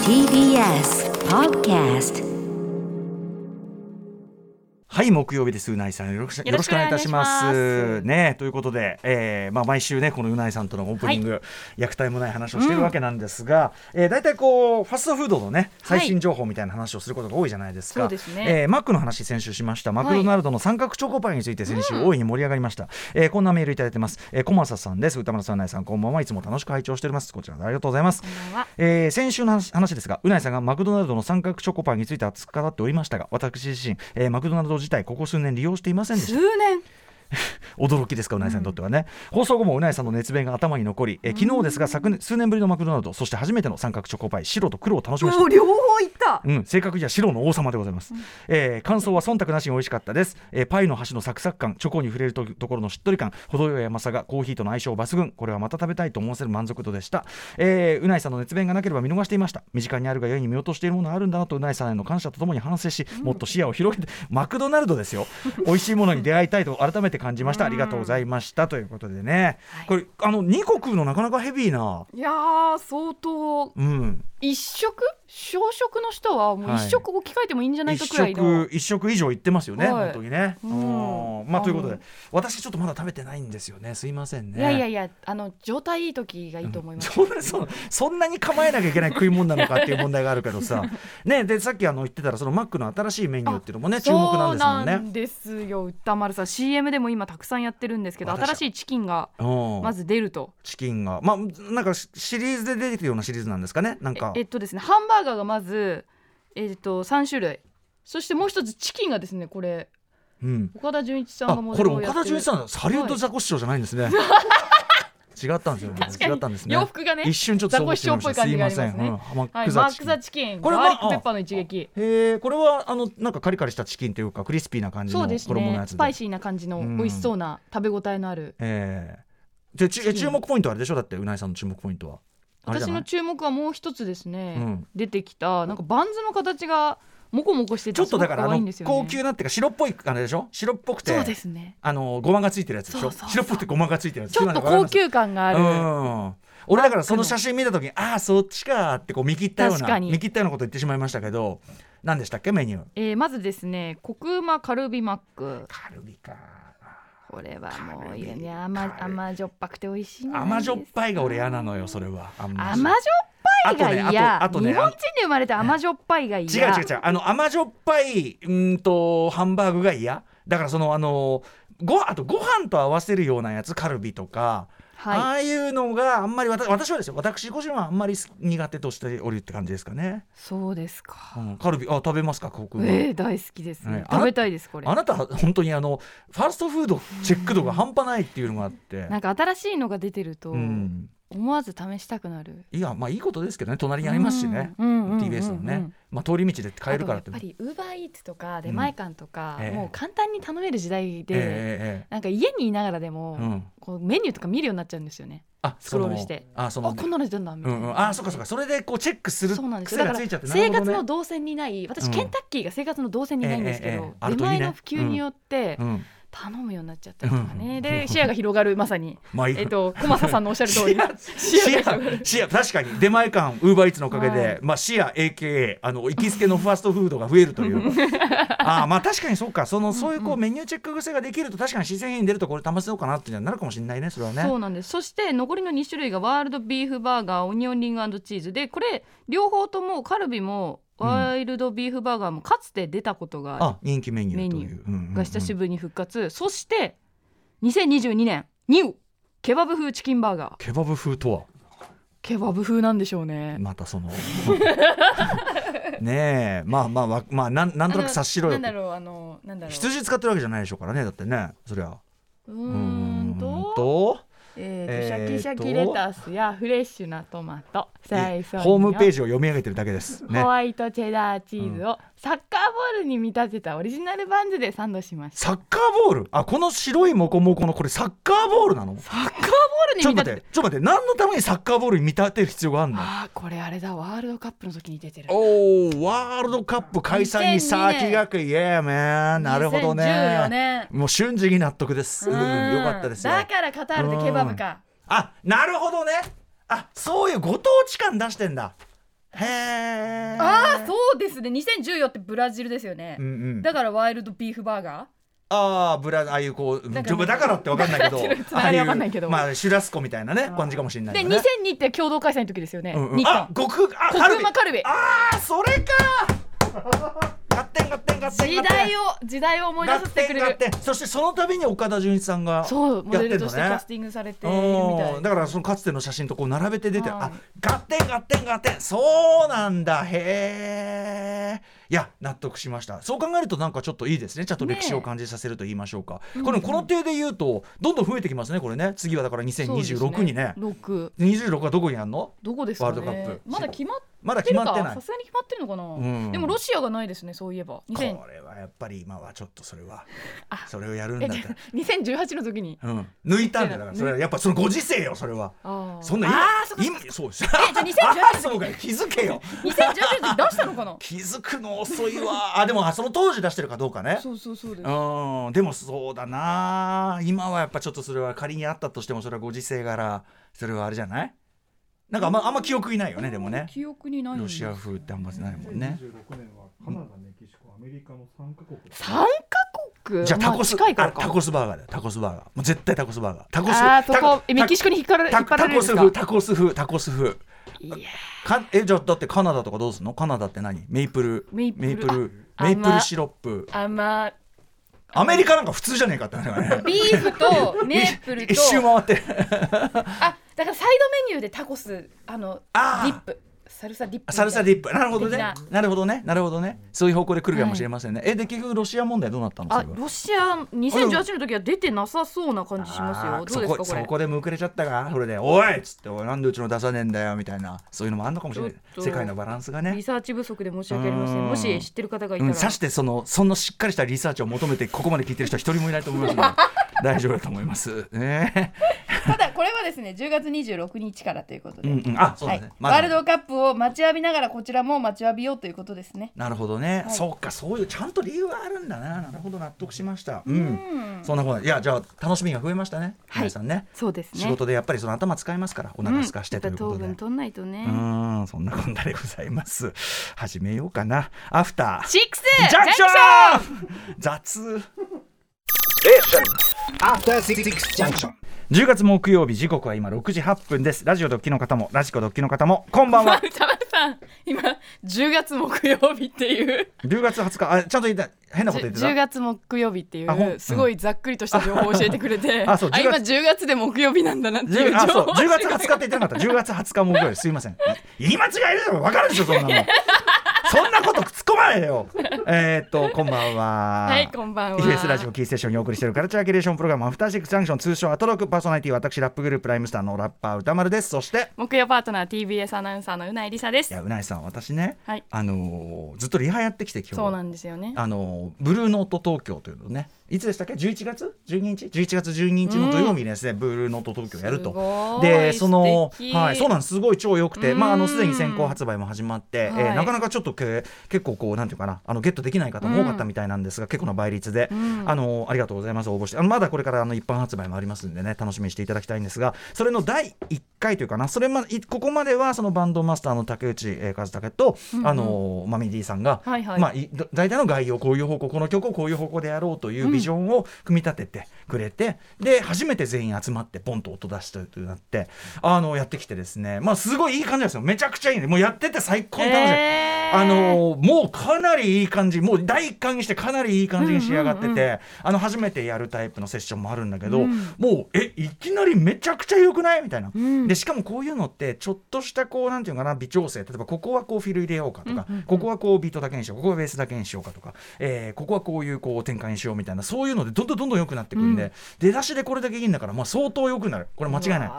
TBS Podcast はい木曜日ですうないさんよろしくよろしくお願いいたしまよすろしくお願いしますねということで、えーまあ毎週ねこのうないさんとのオープニング、虐待もない話をしているわけなんですが、えー、大体こうファストフードのねはい最新情報みたいな話をすることが多いじゃないですか、そうですねえーマックの話先週しましたマクドナルドの三角チョコパイについて先週大いに盛り上がりました、えーこんなメールいただいてます、えー、小正さんです歌丸さんうないさんこんばんはいつも楽しく拝聴しておりますこちらありがとうございますんばんはえー先週の話話ですがうないさんがマクドナルドの三角チョコパイについて熱く語っておりましたが私自身、えーマクドナルド自体ここ数年利用していませんでした数年驚きですかうないさんにとってはね、放送後もうないさんの熱弁が頭に残り、えー昨日ですが昨年数年ぶりのマクドナルドそして初めての三角チョコパイ白と黒を楽しみましたもう両方いったうん、正確には白の王様でございます、えー感想は忖度なしに美味しかったです、えーパイの端のサクサク感チョコに触れるとところのしっとり感程よい甘さがコーヒーとの相性抜群これはまた食べたいと思わせる満足度でした、えーうないさんの熱弁がなければ見逃していました身近にあるがゆえに見落としているものがあるんだなとうないさんへの感謝とともに反省しもっと視野を広げて、 マクドナルドですよ 美味しいものに出会いたいと改めて感じましたありがとうございましたということでね、これあの2個食うのなかなかヘビーないやー相当うん一食小食の人はもう一食置き換えてもいいんじゃないか一くらいの、食一食以上行ってますよね、はい本当にね。うんうんまあということうでん私ちょっとまだ食べてないんですよねすいませんね。いやいやいやあの状態いい時がいいと思います、そんなそんなそんなに構えなきゃいけない食い物なのかっていう問題があるけどさ、ね、でさっきあの言ってたらそのマックの新しいメニューっていうのもね注目なんですもんそうなね。んですよ歌丸さん CM でも今たくさんやってるんですけど私は新しいチキンがうんまず出るとチキンがまあなんかシシリーズで出てくるようなシリーズなんですかねなんかええっとですねハンバーガーがまずえっと3種類そしてもう一つチキンがですねこれうん岡田准一さんあがモこデれルをや岡ってる田准一さんハリウッドザコシショウじゃないんで すね。違ったんですよ、ね。確かに違ったんですね。洋服がね一瞬ちょっとザコシショウっぽい感じがありますねすいません。うんマッはクい、ザマチーキク・ンザ・チキンこれはガーリックペッパーの一撃へーこれはあのなんかカリカリしたチキンというかクリスピーな感じそのうです衣のねやつスでパイシーな感じのうん美味しそうな食べ応えのある、えーでちえキン注目ポイントあれでしょだってうないさんの注目ポイントはあれじ私ゃないの注目はもう一つですね、うん出てきたなんかバンズの形がモコモコしててちょっとだからすごくあ可愛いんのですよね高級なっていうか白っぽいあれでしょ白っぽくてそうですねあのごまがついてるやつでしそょうそうそう白っぽくてごまがついてるやつちょっと高級感がある、うん俺だからその写真見た時にああそっちかーってこう見切ったよう確なかに見切ったようなこと言ってしまいましたけど何でしたっけメニューえーまずですねコクうまカルビマックカルビかこれはもういいよねカルビカ甘ルビ甘じょっぱくて美味しいんじゃない甘じょっぱいが俺嫌なののよそれはあんまし甘じょっぱいが嫌、あとねあとあとね日本人で生まれた甘じょっぱいが違う嫌違う違うあの甘じょっぱいうーんとハンバーグが嫌だからそのあのごあとご飯と合わせるようなやつカルビとか、はいああいうのがあんまり私私はですよ私個人はあんまり苦手としておりって感じですかね、そうですかうん、カルビあ食べますかここ、えー、大好きですねね。食べたいですこれあ。なた本当にあのファーストフードチェック度が半端ないっていうのがあってなんか新しいのが出てるとうん思わず試したくなる。いやまあいいことですけどね隣にありますしね、うんうんうんうんうん TBS のね、まあ、通り道で買えるからってあとやっぱりウーバーイーツとか出前館とか、うんええもう簡単に頼める時代で、ええなんか家にいながらでえも、えええうん、こうメニューとか見るようになっちゃうんですよね。あスクロールしてそのあそのあこんなの出たんだみうたいんな。うん、あーそうかそうかそれでこうチェックするそうなんです癖よだかがつらいちゃってなる生ほど活のね動線にない私、うんケンタッキーが生活の動線にないんですけえええど、えええある出といいね前の普及によってうん、頼むようになっちゃったりとかね、うんで視野が広がるまさに、まあいいえっと小正さんのおっしゃる 通り視視野野が広がる視野確かに出前館ウーバーイーツのおかげで、はいまあ視野 AKA あの行きつけのファーストフードが増えるという あーまあ確かにそうかそのそういうこうメニューチェック癖ができると確かに新製品出るとこれ試そうかなっていうのになるかもしれないねそれはねそうなんですそして残りの2種類がワールドビーフバーガーオニオンリングチーズでこれ両方ともカルビもワイルドビーフバーガーもかつて出たことが,、あ人気メニューといメニう,、うんうんうんが久しぶりに復活、そして2022年ニューケバブ風チキンバーガーケバブ風とはケバブ風なんでしょうね。また そのねえまあまあわまあなんなんとなく察しろよあのなんだろうあのなんだろう羊使ってるわけじゃないでしょうからねだってねそりゃううーんととえーえーととシャキシャキレタスやフレッシュなトマトサイソニアホームページを読み上げてるだけです。ねホ。ワイトチェダーチーズをサッカーボールに見立てたオリジナルバンズでサンドしました。サッカーボールあこの白いモコモコのこれサッカーボールなのちサッカーボールにょ見っと立待っててて。ちょっと待って何のためにサッカーボールに見立てる必要があるのああ、これあれだ。ワールドカップの時に出てる。おーワールドカップ開催に先駆けイエーメンなるほど2014ね年。もう瞬時に納得です、うん、うんよかったですよだからカタールでケバブか。あなるほどねあそういうご当地感出してんだへえああそうですね2014ってブラジルですよね、うんうんだからワイルドビーフバーガーああブラああいうこうなんかジョブだからってわかんない けどだからっていうつながりわかんないけどああうまあシュラスコみたいなね感じかもしれないでよ2002ねって共同開催の時ですよね、うんうん日あ韓極あコカルクビマカルビああそれか勝手に勝手に勝手に時代を時代を思い出させてくれるそしてその度に岡田准一さんがそうモやっデてルんのとしねてキャスティングされているみたういんだからそのかつての写真とこう並べて出てる、はいあ合点合点合点そうなんだへえいや納得しましたそう考えるとなんかちょっといいですねちゃんと歴史を感じさせると言いましょうか、これこの程で言うとどんどん増えてきますねこれね次はだから2026にね6 26はどこにあるのどこですかねワールドカップまだ決まっまだて決るかまってないさすがに決まってるのかな、んでもロシアがないですねそういえば2000これはやっぱり今はちょっとそれはそれをやるんだった ら、 2018の時にうん、抜いたんだよだからそれはやっぱそのご時世よそれは。ああそんな今今そう でじす。ゃあ2018あそうか気づけよ。 2018の時出したのか な気づくの遅いわあでもあその当時出してるかどうかねそうそうそうですうんでもそうだな今はやっぱちょっとそれは仮にあったとしてもそれはご時世柄それはあれじゃないなんかあんまあんま記憶いないよねでもね記憶にないんロですシア風ってあんまりないもんね2026年はカナダ、メキシコ、アメリカの3カ国。 3カ国じゃあタまコあ、ス、近いからあタかコスバーガーだよタコスバーガーもう絶対タコスバーガータコスああそタコこメキシコに引っ張られ引タっ張らタれるんコでスすか風タコス風タコス風いやかえじゃあだってカナダとかどうすんのカナダって何メイプルメイプルメイプルあメイプルシロップあまあアメリカなんか普通じゃねえかって話が ねビーフ とネープルと一周回ってあだからサイドメニューでタコスあのあーディップサルサディップサルサディップなるほどね的ななるほどねなるほどねそういう方向で来るかもしれませんね、えで結局ロシア問題どうなったのあそれはロシア2018の時は出てなさそうな感じしますあよーどうですかこそこれそこでむくれちゃったかそれで「おい!」っつって「おいなんでうちの出さねえんだよ」みたいなそういうのもあんのかもしれないちょっと世界のバランスがリねサーチ不足で申し訳ありませうんんもし知ってる方がいたうん、らさしてそのそんなしっかりしたリサーチを求めてここまで聞いてる人は一人もいないと思い ますので大丈夫だと思います。ねただこれはですね10月26日からということで、うんうん、あそうはだいね、まワだールドカップを待ちわびながらこちらも待ちわびようということですねなるほどね、はいそうかそういうちゃんと理由があるんだななるほど納得しましたうん、そんなこといやじゃあ楽しみが増えましたね、はい皆さんねそうですね仕事でやっぱりその頭使いますからお腹すかしてということで、やっぱ糖分取んないとねうんそんなこんなでございます 始めようかなアフターシックスジャンク ション雑 After Six Junction. 10月木曜日時刻は今6時8分ですラジオドッキの方もラジコドッキの方もこんばんは田中さん今10月木曜日っていう10月20日あちゃんと言った変なこと言って10た月木曜日っていあほんうすごいざっくりとした情報を教えてくれて あそう10月今10月で木曜日なんだなっていう10情あそう報を10月20日って言ってなかった10月20日木曜日すいません言い間違いでしょ分かるでしょそん なのそんなこと突っ込まないでよえーっとこんばんははいこんばんは TBS ラジオキーステーションにお送りしているカルチャーキュレーションプログラム「アフターシックスジャンクション」通称アトロクパーソナリティ私ラップグループライムスターのラッパー歌丸ですそして木曜パートナー TBS アナウンサーのうないりさでいすやうないさん私ね、はいあのーずっとリハやってきて今日そうなんですよねあのブルーノート東京というのをねいつでしたっけ11月12日11月12日の土曜日にですね、ブルーノート東京やるすとごいでその素敵はいそうなんですすごい超良くてまああのうんすでに先行発売も始まって、えーはいなかなかちょっとけ結構こうなんていうかなあのゲットできない方も多かったみたいなんですが、結構な倍率で、あのありがとうございます応募してあのまだこれからあの一般発売もありますんでね楽しみにしていただきたいんですがそれの第1回というかなそれまいここまではそのバンドマスターの竹内えー和武と、あのマミディさんが、はいはいまあい大体の概要こういう方向この曲をこういう方向でやろうというビジョンを組み立ててくれて、で初めて全員集まってポンと音出してとなってあのやってきてですねまあすごいいい感じなんですよめちゃくちゃいいねもうやってて最高に楽しい。えーあのもうかなりいい感じもう第一回にしてかなりいい感じに仕上がってて、あの初めてやるタイプのセッションもあるんだけど、もうえいきなりめちゃくちゃ良くないみたいな、でしかもこういうのってちょっとしたこうなんていうのかな微調整例えばここはこうフィル入れようかとか、ここはこうビートだけにしようここはベースだけにしようかとか、えーここはこういうこう展開にしようみたいなそういうのでどんどんどんどん良くなってくるんで、出だしでこれだけいいんだから、まあ、相当良くなるこれ間違いない。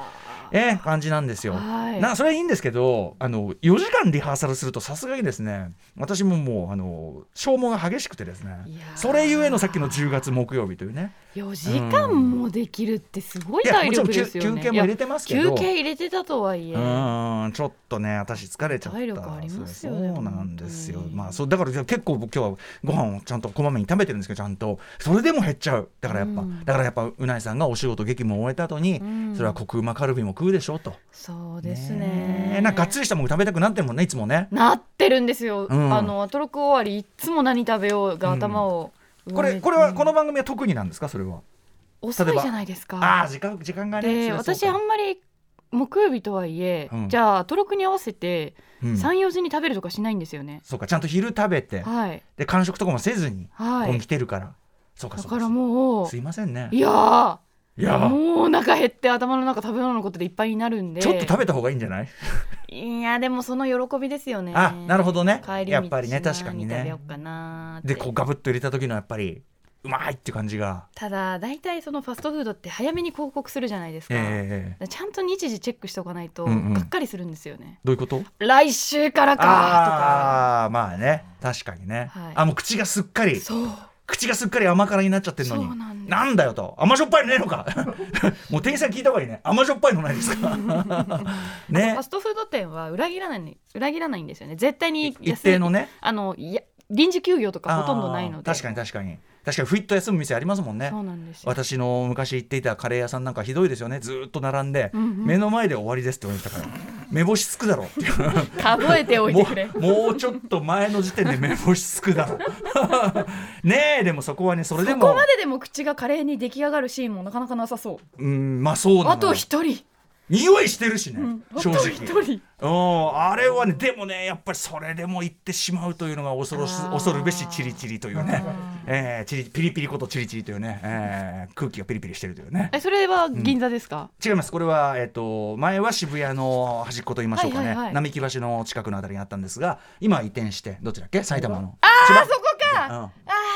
えー感じなんですよ。はいなそれはいいんですけどあの4時間リハーサルするとさすがにですですね私ももうあの消耗が激しくてですねいやーそれゆえのさっきの10月木曜日というね4時間もできるってすごいいや体もちろん力休ですよ休ね憩も入れてますいけやど休憩入れてたとはいえうんちょっとね私疲れちゃった体力ありますよねそうなんですよ本当にまあそうだから結構僕今日はご飯をちゃんとこまめに食べてるんですけどちゃんとそれでも減っちゃうだからやっぱ、うんだからやっぱうないさんがお仕事激務を終えた後に、うんそれはコクうまカルビも食うでしょうとそうですねねえなんかがっつりしたもの食べたくなってるもんねいつもねなってるんですよ、うんあのアトロク終わりいつも何食べようが頭を、これこれはこの番組は特になんですかそれは遅いじゃないですああか時間時間がねでそれはそう私あんまり木曜日とはいえ、うんじゃあアトロクに合わせてうん34時に食べるとかしないんですよね、そうかちゃんと昼食べてはいで間食とかもせずにこはこにい来てるからそうかだそうからかもうすいませんねいやーいやーもうお腹減って頭の中食べ物のことでいっぱいになるんでちょっと食べた方がいいんじゃないいやでもその喜びですよねあなるほどね帰り道やっぱりね確かに何食べねようかなーってでこうガブッと入れた時のやっぱりうまいって感じがただ大体そのファストフードって早めに広告するじゃないですか、ええちゃんと日時チェックしておかないとうんうんがっかりするんですよね、どういうこと来週からかああまあね確かにね、はいあもう口がすっかりとかそう口がすっかり甘辛になっちゃってるのにそうなんですなんだよと甘じょっぱいのねえのか もう店員さん聞いた方がいいね甘じょっぱいのないですかフねァストフード店は裏切らない裏切らないんですよね絶対に一定のねねあのいや臨時休業とかほとんどないのであー確かに確かに確かにふいっと休む店ありますもんねそうなんですよ私の昔行っていたカレー屋さんなんかひどいですよねずーっと並んで、うんうん目の前で終わりですって言われたから目星つくだろっていう数えておいてくれもうもうちょっと前の時点で 目星つくだろ ねえでもそこはねそれでそもこまででも口がカレーに出来上がるシーンもなかなかなさそううんまあそうなのよあと一人、匂いしてるしね、あ正と直一人うんあれはねでもねやっぱりそれでも行ってしまうというのが恐ろしあー恐るべしチリチリというね、えー、チリピリピリことチリチリというね、えー空気がピリピリしてるというねえそれは銀座ですか、違いますこれは、えっと前は渋谷の端っこと言いましょうかね、はいはいはい並木橋の近くのあたりにあったんですが今は移転してどっちだっけ埼玉のああそこか、うんあ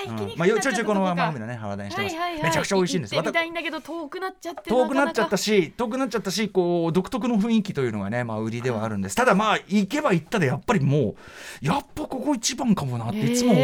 あ行きにくくまなあ、っよちゃったちょいちょいとこかの生ハムのね腹田にしてます、めちゃくちゃ美味しいんです行ってまみたたいんだけど遠くなっちゃって遠くなっちゃったしし遠くなっちゃったしこう独特の雰囲気というのがね、まあ、売りではあるんですただまあ行けば行ったでやっぱりもうやっぱここ一番かもなっていつも思う、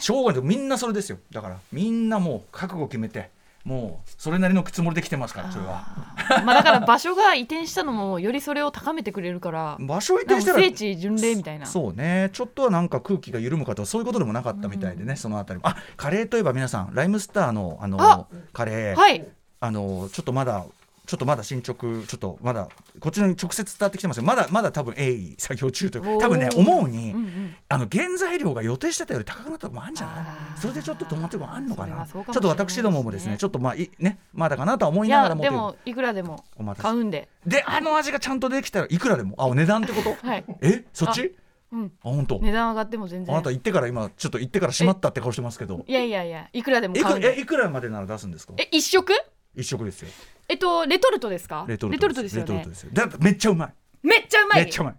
しょうがないみんなそれですよだからみんなもう覚悟決めてもうそれなりのつもりで来てますからそれは まあだから場所が移転したのもよりそれを高めてくれるから場所移なん転かしたら聖地巡礼みたいなそうねちょっとはなんか空気が緩むかとそういうことでもなかったみたいでね、そのあたりもあカレーといえば皆さんライムスターのあのあカレー、はいあのちょっとまだちょっとまだ進捗ちょっとまだこっちらに直接伝わってきてますよまだまだ多分鋭意作業中というおー多分ね思うに、うんうんあの原材料が予定してたより高くなったとこもあるんじゃあなーいそれでちょっと止まってるとこあるのかそれなはそうかもちょっと私どももですしれないですねねちょっとまあいねまだかなとは思いいながらやもでともいくらでもいうお待た買せうんでであの味がちゃんとできたらいくらでもあお値段ってことはいえそっちうんあ本当値段上がっても全あ然なた行ってから今ちょっと行ってから閉まったって顔してますけどいやいやいやいくらでもい買うくんえでいくらまでなら出すんですかえ一食一食ですよえっとレトルトですかレトルレトトルトですよレトルねトですよだってめっちゃうまいめっちゃうまめいっちゃうまい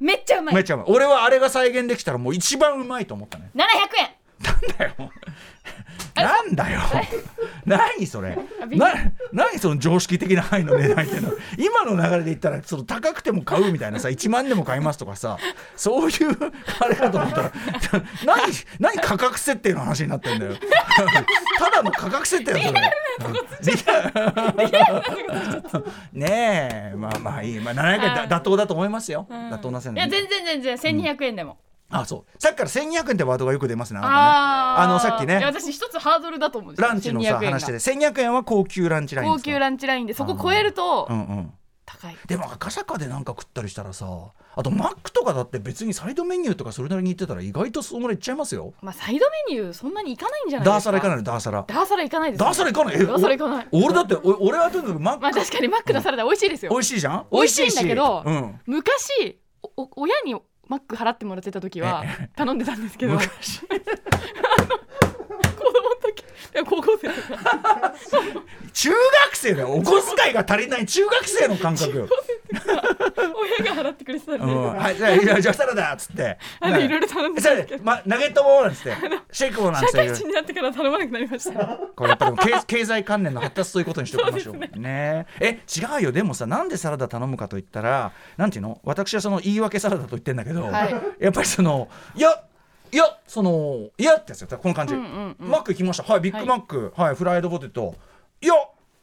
めっちゃうまいめっちゃうまい俺はあれが再現できたらもう一番うまいと思ったね700円なんだよな んだよ何それびっくな何その常識的な範囲の値段っていうの今の流れで言ったらその高くても買うみたいなさ1万でも買いますとかさそういうあれかと思ったら 何何価格設定の話になってんだよ ただの価格設定だよそれねえまあまあいい、まあ、700円だ妥当だと思いますよ、妥当な線いでや全然全然1200円でもあそうさっきから1200円ってワードがよく出ますねあなたねあーあのさっきねいや私一つハードルだと思うんですよランチの1200さ円が話で1200円は高級ランチラインで高すか級ランチラインでそこ超えるとうんうん高いでも赤坂でなんか食ったりしたらさあとマックとかだって別にサイドメニューとかそれなりに言ってたら意外とそのぐらいいっちゃいますよまあサイドメニューそんなにいかないんじゃないですかダーサラいかないのダーサラダーサラいかないですダーサラいかないえダーサラいかないお俺だってお俺はとにかくマック、まあ確かにマックのサラダ美味しいですよ美味しいじゃん美味しいんだけど美味しいしうん昔おお親に マック払ってもらってた時は頼んでたんですけどこ子供の時いや高校生とか中学生だよお小遣いが足りない中学生の感覚よ、親が払ってくれてたんで、うん、はいじゃあじゃあじゃあサラダっつってあのいろいろ頼んでそたんでれすけどま、ナゲットボールなんつってシェイクボールなんつっ社て会人になってから頼まなくなりましたこれやっぱでも経 経済関連の発達ということにしておきましょうねえ違うよでもさなんでサラダ頼むかと言ったらなんていうの私はその言い訳サラダと言ってんだけど、はいやっぱりそのいやいやそのいやってやつよこの感じ、うんうんうんマック行きましたはいビッグマックはい、フライドポテトいや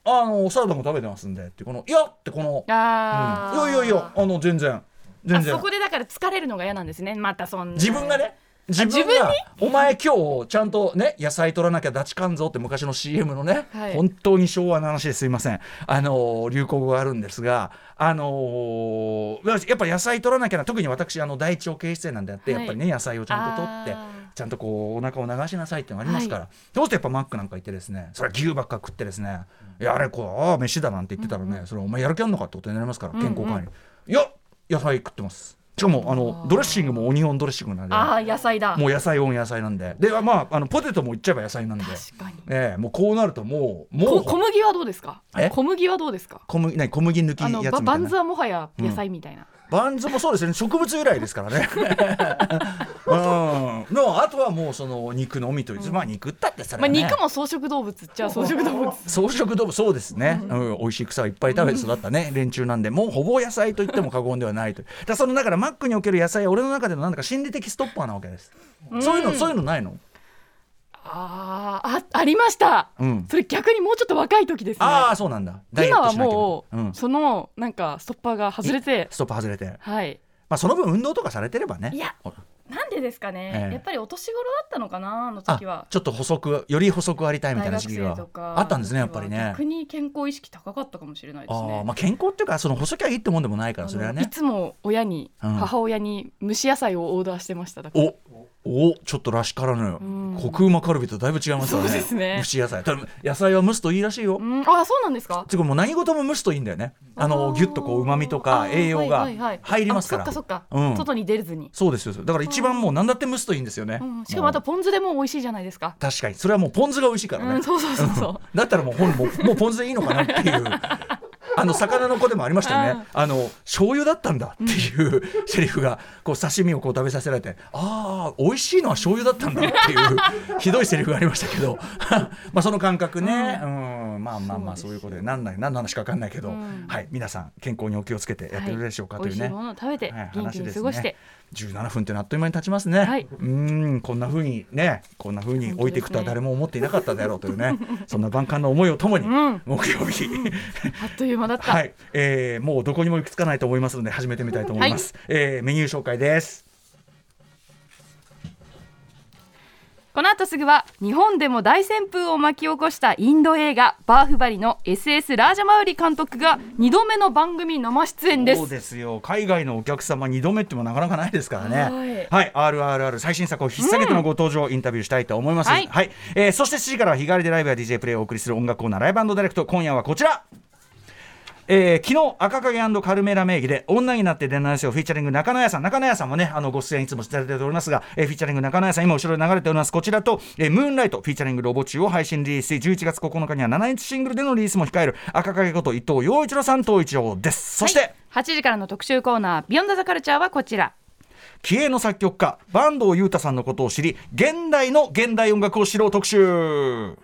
あのサラダも食べてますんでってこのいやってこの あーいやいやいやあの全然全あ然そこでだから疲れるのが嫌なんですねまたそんな自分がね自分自分がお前今日ちゃんとね野菜取らなきゃダチかんぞって昔の CM のね、はい本当に昭和の話ですいませんあのー流行語があるんですがあのーやっぱ野菜取らなきゃな特に私あの大腸憩室炎なんであって、はいやっぱりね野菜をちゃんと取ってあーちゃんとこうお腹を流しなさいってのがありますから、どうしてやっぱマックなんか行ってですねそれは牛ばっか食ってですねいやあれこうああ飯だなんて言ってたらね、それお前やる気あんのかってことになりますから健康管理、いや野菜食ってますしかもあのドレッシングもオニオンドレッシングなんでああ野菜だもう野菜オン野菜なんででまああのポテトもいっちゃえば野菜なんで確かにええもうこうなるともうもこう小麦はどうですかえ小麦はどうですか小麦何小麦抜きあやつのみたいばバンズなはもはや野菜みたいな、バンズもそうですね植物由来ですか らねうんのあとはもうその肉のみという、まあ肉ったってそれまあ、は、ね肉も草食動物っちゃ草食動物草食動物そうですね、うん、美味しい草をいっぱい食べて育ったね、連中なんでもうほぼ野菜と言っても過言ではないとだからそのだからマックにおける野菜は俺の中でのなんだか心理的ストッパーなわけです、そういうのそういうのないのあーあありました、うんそれ逆にもうちょっと若い時ですねああそうなんだダイエッ今トはしなきゃもう、うん、そのなんかストッパーが外れてストップ外れてまはいあその分運動とかされてればねいやほらなんでですかね、ええやっぱりお年頃だったのかなあのあ時はちょっと細くより細くありたいみたい大な学時期生がとかあったんですねやっぱりね逆に健康意識高かったかもしれないですああねまあ健康っていうかその細きゃいいってもんでもないからそれはあのいねつも親に、うん母親に蒸し野菜をオーダーしてましただからおおちょっとらしからぬ、んコクうまカルビとだいぶ違いますよそねうですね蒸し野菜ただ野菜は蒸すといいらしいよ、うんああそうなんですかてかもう何事も蒸すといいんだよねあのギュッとこううまみとあかー栄養がはいはいはい入りますから、あそっかそっか、うん外に出ずに、そうですよだから一番もう何だって蒸すといいんですよね、うん、しかもまたうポン酢でも美味しいじゃないですか、確かにそれはもうポン酢が美味しいからね、うんそうそうそうそうだったらもう本も うもうポン酢でいいのかなっていうあの魚の子でもありましたよねあの醤油だったんだっていうセリフがこう刺身をこう食べさせられてああ美味しいのは醤油だったんだっていうひどいセリフがありましたけど まあその感覚ね、うんまあまあまあそういうことでなんない何の話か分かんないけど、はい皆さん健康にお気をつけてやってるでしょうかと美い味しうね。いものを食べてはい元気に過ごして、話ですね、17分ってあっという間に経ちますね、はいうーんこんなふうにねこんなふうに置いていくとは誰も思っていなかったであろうとい うねそんな万感の思いをともに、ん木 曜日あっという間だった、はい、えー、もうどこにも行き着かないと思いますので始めてみたいと思います、えーメニュー紹介ですこの後すぐは日本でも大旋風を巻き起こしたインド映画バーフバリの SS ラージャマウリ監督が2度目の番組生出演ですそうですよ海外のお客様2度目ってもなかなかないですからねはい、RRR 最新作を引っ提げてのご登場、インタビューしたいと思いますは、はいいえーそして7時からは日帰りでライブや DJ プレイをお送りする音楽コーナーライブディレクト今夜はこちらえー昨日赤影カルメラ名義で女になって出ないですよフィーチャリング中野屋さん中野屋さんもねあのご出演いつもされておりますが、えーフィーチャリング中野屋さん今後ろで流れておりますこちらと、えームーンライトフィーチャリングロボ中を配信リリース11月9日には7インチシングルでのリリースも控える赤影こと伊藤洋一郎さんと一郎ですそして、 8時からの特集コーナー「ビヨンドザカルチャーはこちら気鋭の作曲家坂東裕太さんのことを知り現代の現代音楽を知ろう特集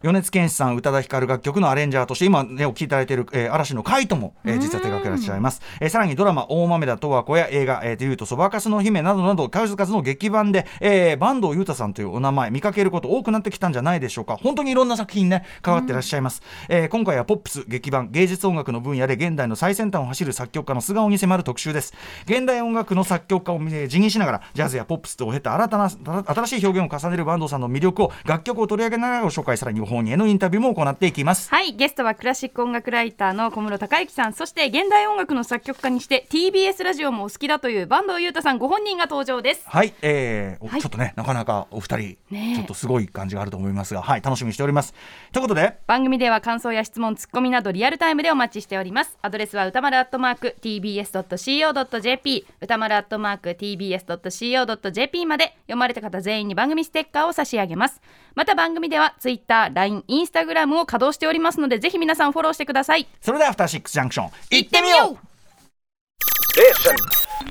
米津玄師さん宇多田ヒカル楽曲のアレンジャーとして今、ね、お聴きいただいている、えー嵐のカイトも、えー実は手掛けらっしゃいます、えーさらにドラマ「大豆田十和子」や映画「えー、デューとそばかすの姫」などなど数々の劇版で、えー、坂東裕太さんというお名前見かけること多くなってきたんじゃないでしょうか本当にいろんな作品ね関わってらっしゃいます、えー今回はポップス劇版芸術音楽の分野で現代の最先端を走る作曲家の素顔に迫る特集です現代音楽の作曲家をえー辞任しながらジャズやポップスを経た新たな新しい表現を重ねる坂東さんの魅力を楽曲を取り上げながらご紹介さらにお本人へのインタビューも行っていきます。はいゲストはクラシック音楽ライターの小室孝之さんそして現代音楽の作曲家にして TBS ラジオもお好きだという坂東裕太さんご本人が登場ですはい、えーおはいちょっとねなかなかお二人、ねえちょっとすごい感じがあると思いますが、はい楽しみにしております。ということで番組では感想や質問ツッコミなどリアルタイムでお待ちしておりますアドレスは歌丸アットマーク tbs.co.jp 歌丸アットマーク tbs.co.jp まで読まれた方全員に番組ステッカーを差し上げますまた番組ではツイッター、LINE、インスタグラムを稼働しておりますのでぜひ皆さんフォローしてくださいそれではアフターシックスジャンクションい行ってみよう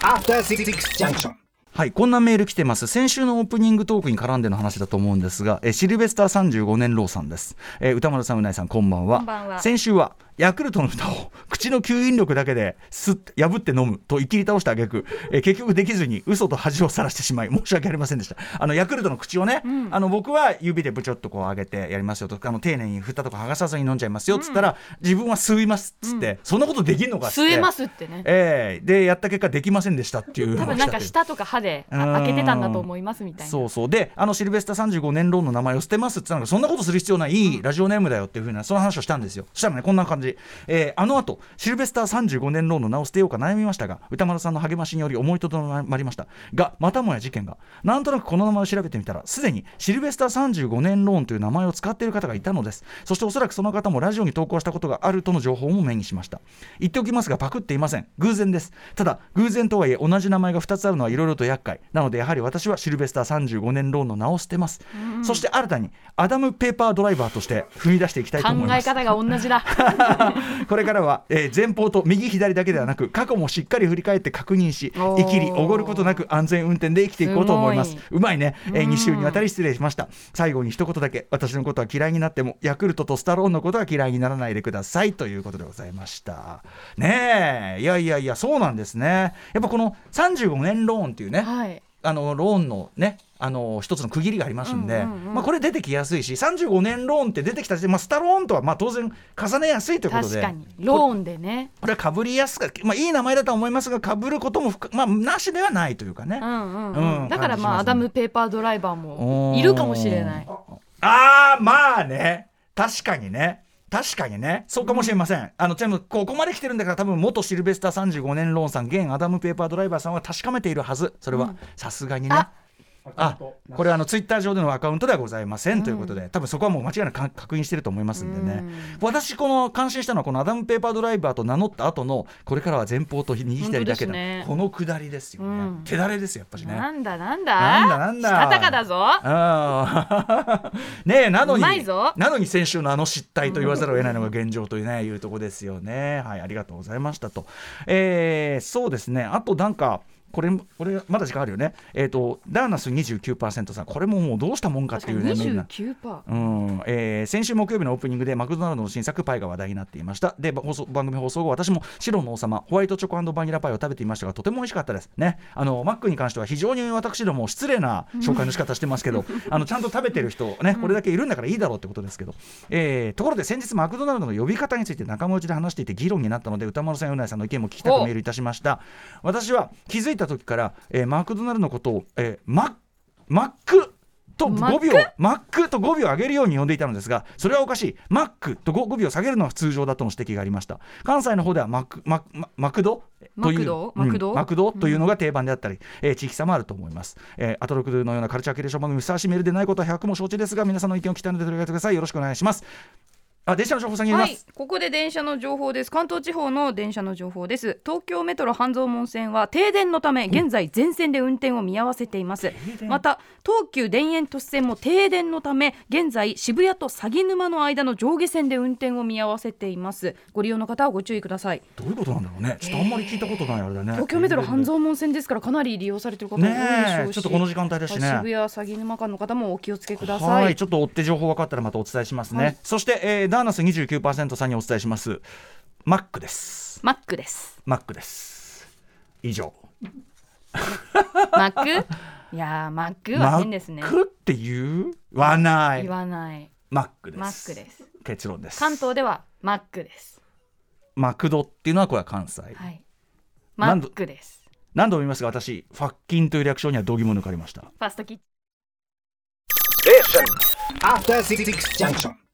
After Six Junction. はい、こんなメール来てます。先週のオープニングトークに絡んでの話だと思うんですが、えーシルベスター35年老さんです。えー歌丸さん、うないさん、こんばんは。こんばんは先週は、ヤクルトの蓋を口の吸引力だけですっ破って飲むと言い切り倒した挙句、えー結局できずに嘘と恥をさらしてしまい申し訳ありませんでしたあのヤクルトの口をね、あの僕は指でぶちょっとこう上げてやりますよとあの丁寧に蓋とか剥がさずに飲んじゃいますよっつったら、自分は吸いますっつって、そんなことできんのかっつって吸えますってねええでやった結果できませんでしたっていうのを多分おっしなゃっんてかる舌とか歯でうんあ開けてたんだと思いますみたいなそうそうであのシルベスター35年ローンの名前を捨てますって言ったのがそんなことする必要ない、いいラジオネームだよっていうふうなその話をしたんですよそしたらねこんな感じ、えーあのあとシルベスター35年ローンの名を捨てようか悩みましたが歌丸さんの励ましにより思いとどまりましたがまたもや事件がなんとなくこの名前を調べてみたらすでにシルベスター35年ローンという名前を使っている方がいたのですそしておそらくその方もラジオに投稿したことがあるとの情報も目にしました言っておきますがパクっていません偶然ですただ偶然とはいえ同じ名前が2つあるのはいろいろと厄介なのでやはり私はシルベスター35年ローンの名を捨てます、そして新たにアダム・ペーパードライバーとして踏み出していきたいと考思いまえす方が同じだ これからは、えー前方と右左だけではなく過去もしっかり振り返って確認し生きりおごることなく安全運転で生きていこうと思いますすうまいね、え2週にわたり失礼しました最後に一言だけ私のことは嫌いになってもヤクルトとスタローンのことは嫌いにならないでくださいということでございましたねえいやいやいやそうなんですねやっぱこの35年ローンっていうね、はいあのローンのねあの一つの区切りがありますんで、まあ、これ出てきやすいし35年ローンって出てきた時点で、まあ、スタローンとはまあ当然重ねやすいということで確かにローンでねこれはかぶりやすく、まあ、いい名前だとは思いますがかぶることもふか、まあ、なしではないというかね。うんうんううんんだからまあアダ感じしますねム・ペーパードライバーもいるかもしれないあーまあね確かにね確かにねそうかもしれません、あのちなみにここまで来てるんだから多分元シルベスター35年ローンさん現アダム・ペーパードライバーさんは確かめているはずそれはさすがにね。ああこれはあのツイッター上でのアカウントではございませんということで、多分そこはもう間違いなくか確認してると思いますんでね、私この感心したのはこのアダム・ペーパードライバーと名乗った後のこれからは前方と右左本当だけだ、ですねこの下りですよね、うん手だれですよやっぱしね。なんだなんだなんだなんだしたたかだぞあー ねえなのにうまいぞなのに先週のあの失態と言わざるを得ないのが現状というねいうとこですよねはいありがとうございましたとえーそうですねあとなんかこれこれまだ時間あるよねえっ、とダーナス29%さんこれももうどうしたもんかっ確てかいうにねみんな29%うんえー先週木曜日のオープニングでマクドナルドの新作パイが話題になっていましたでば放送番組放送後私も白の王様ホワイトチョコバニラパイを食べていましたがとても美味しかったですねあのマックに関しては非常に私ども失礼な紹介の仕方してますけどあのちゃんと食べてる人ねこれだけいるんだからいいだろうってことですけど、えーところで先日マクドナルドの呼び方について仲間内で話していて議論になったので歌丸さんうないさんの意見も聞きたくメールいたしました私は気づいた時から、えーマクドナルドのことを、えーママックとマッ5ク秒マックと5秒上げるように呼んでいたのですがそれはおかしいマックと 5, 秒下げるのは通常だとの指摘がありました関西の方ではマックマママクドとマいうクドうんマクドマクドというのが定番であったり、えー地域差もあると思います、えーアトロクのようなカルチャーキュレーション番組にふさわしいメールでないことは100も承知ですが皆さんの意見を期待ので取り上げてくださいよろしくお願いしますあ電車の情報先に言いはまいす、、ここで電車の情報です。関東地方の電車の情報です。東京メトロ半蔵門線は停電のため、現在全線で運転を見合わせています。また、東急田園都市線も停電のため、現在渋谷と鷺沼の間の上下線で運転を見合わせています。ご利用の方はご注意ください。どういうことなんだろうねちょっとあんまり聞いたことないあれだね東京メトロ半蔵門線ですから、かなり利用されてる方も多いでしねょえうし。ちょっとこの時間帯だしね渋谷鷺沼間の方もお気をつけください。はい、ちょっと追って情報分かったらまたお伝えしますね。そして、えーダーナス29%さんにお伝えします。マックです。マックです。マックです。以上。マック。 いやー、マックは変ですねマ。ックって言わない言。わない。マックです。マックです。結論です。関東ではマックです。マクドっていうのはこれは関西。はい。マなんでックです。何度も言いますが私ファッキンという略称には度肝を抜かれました。ファーストキッチン After Six Junction.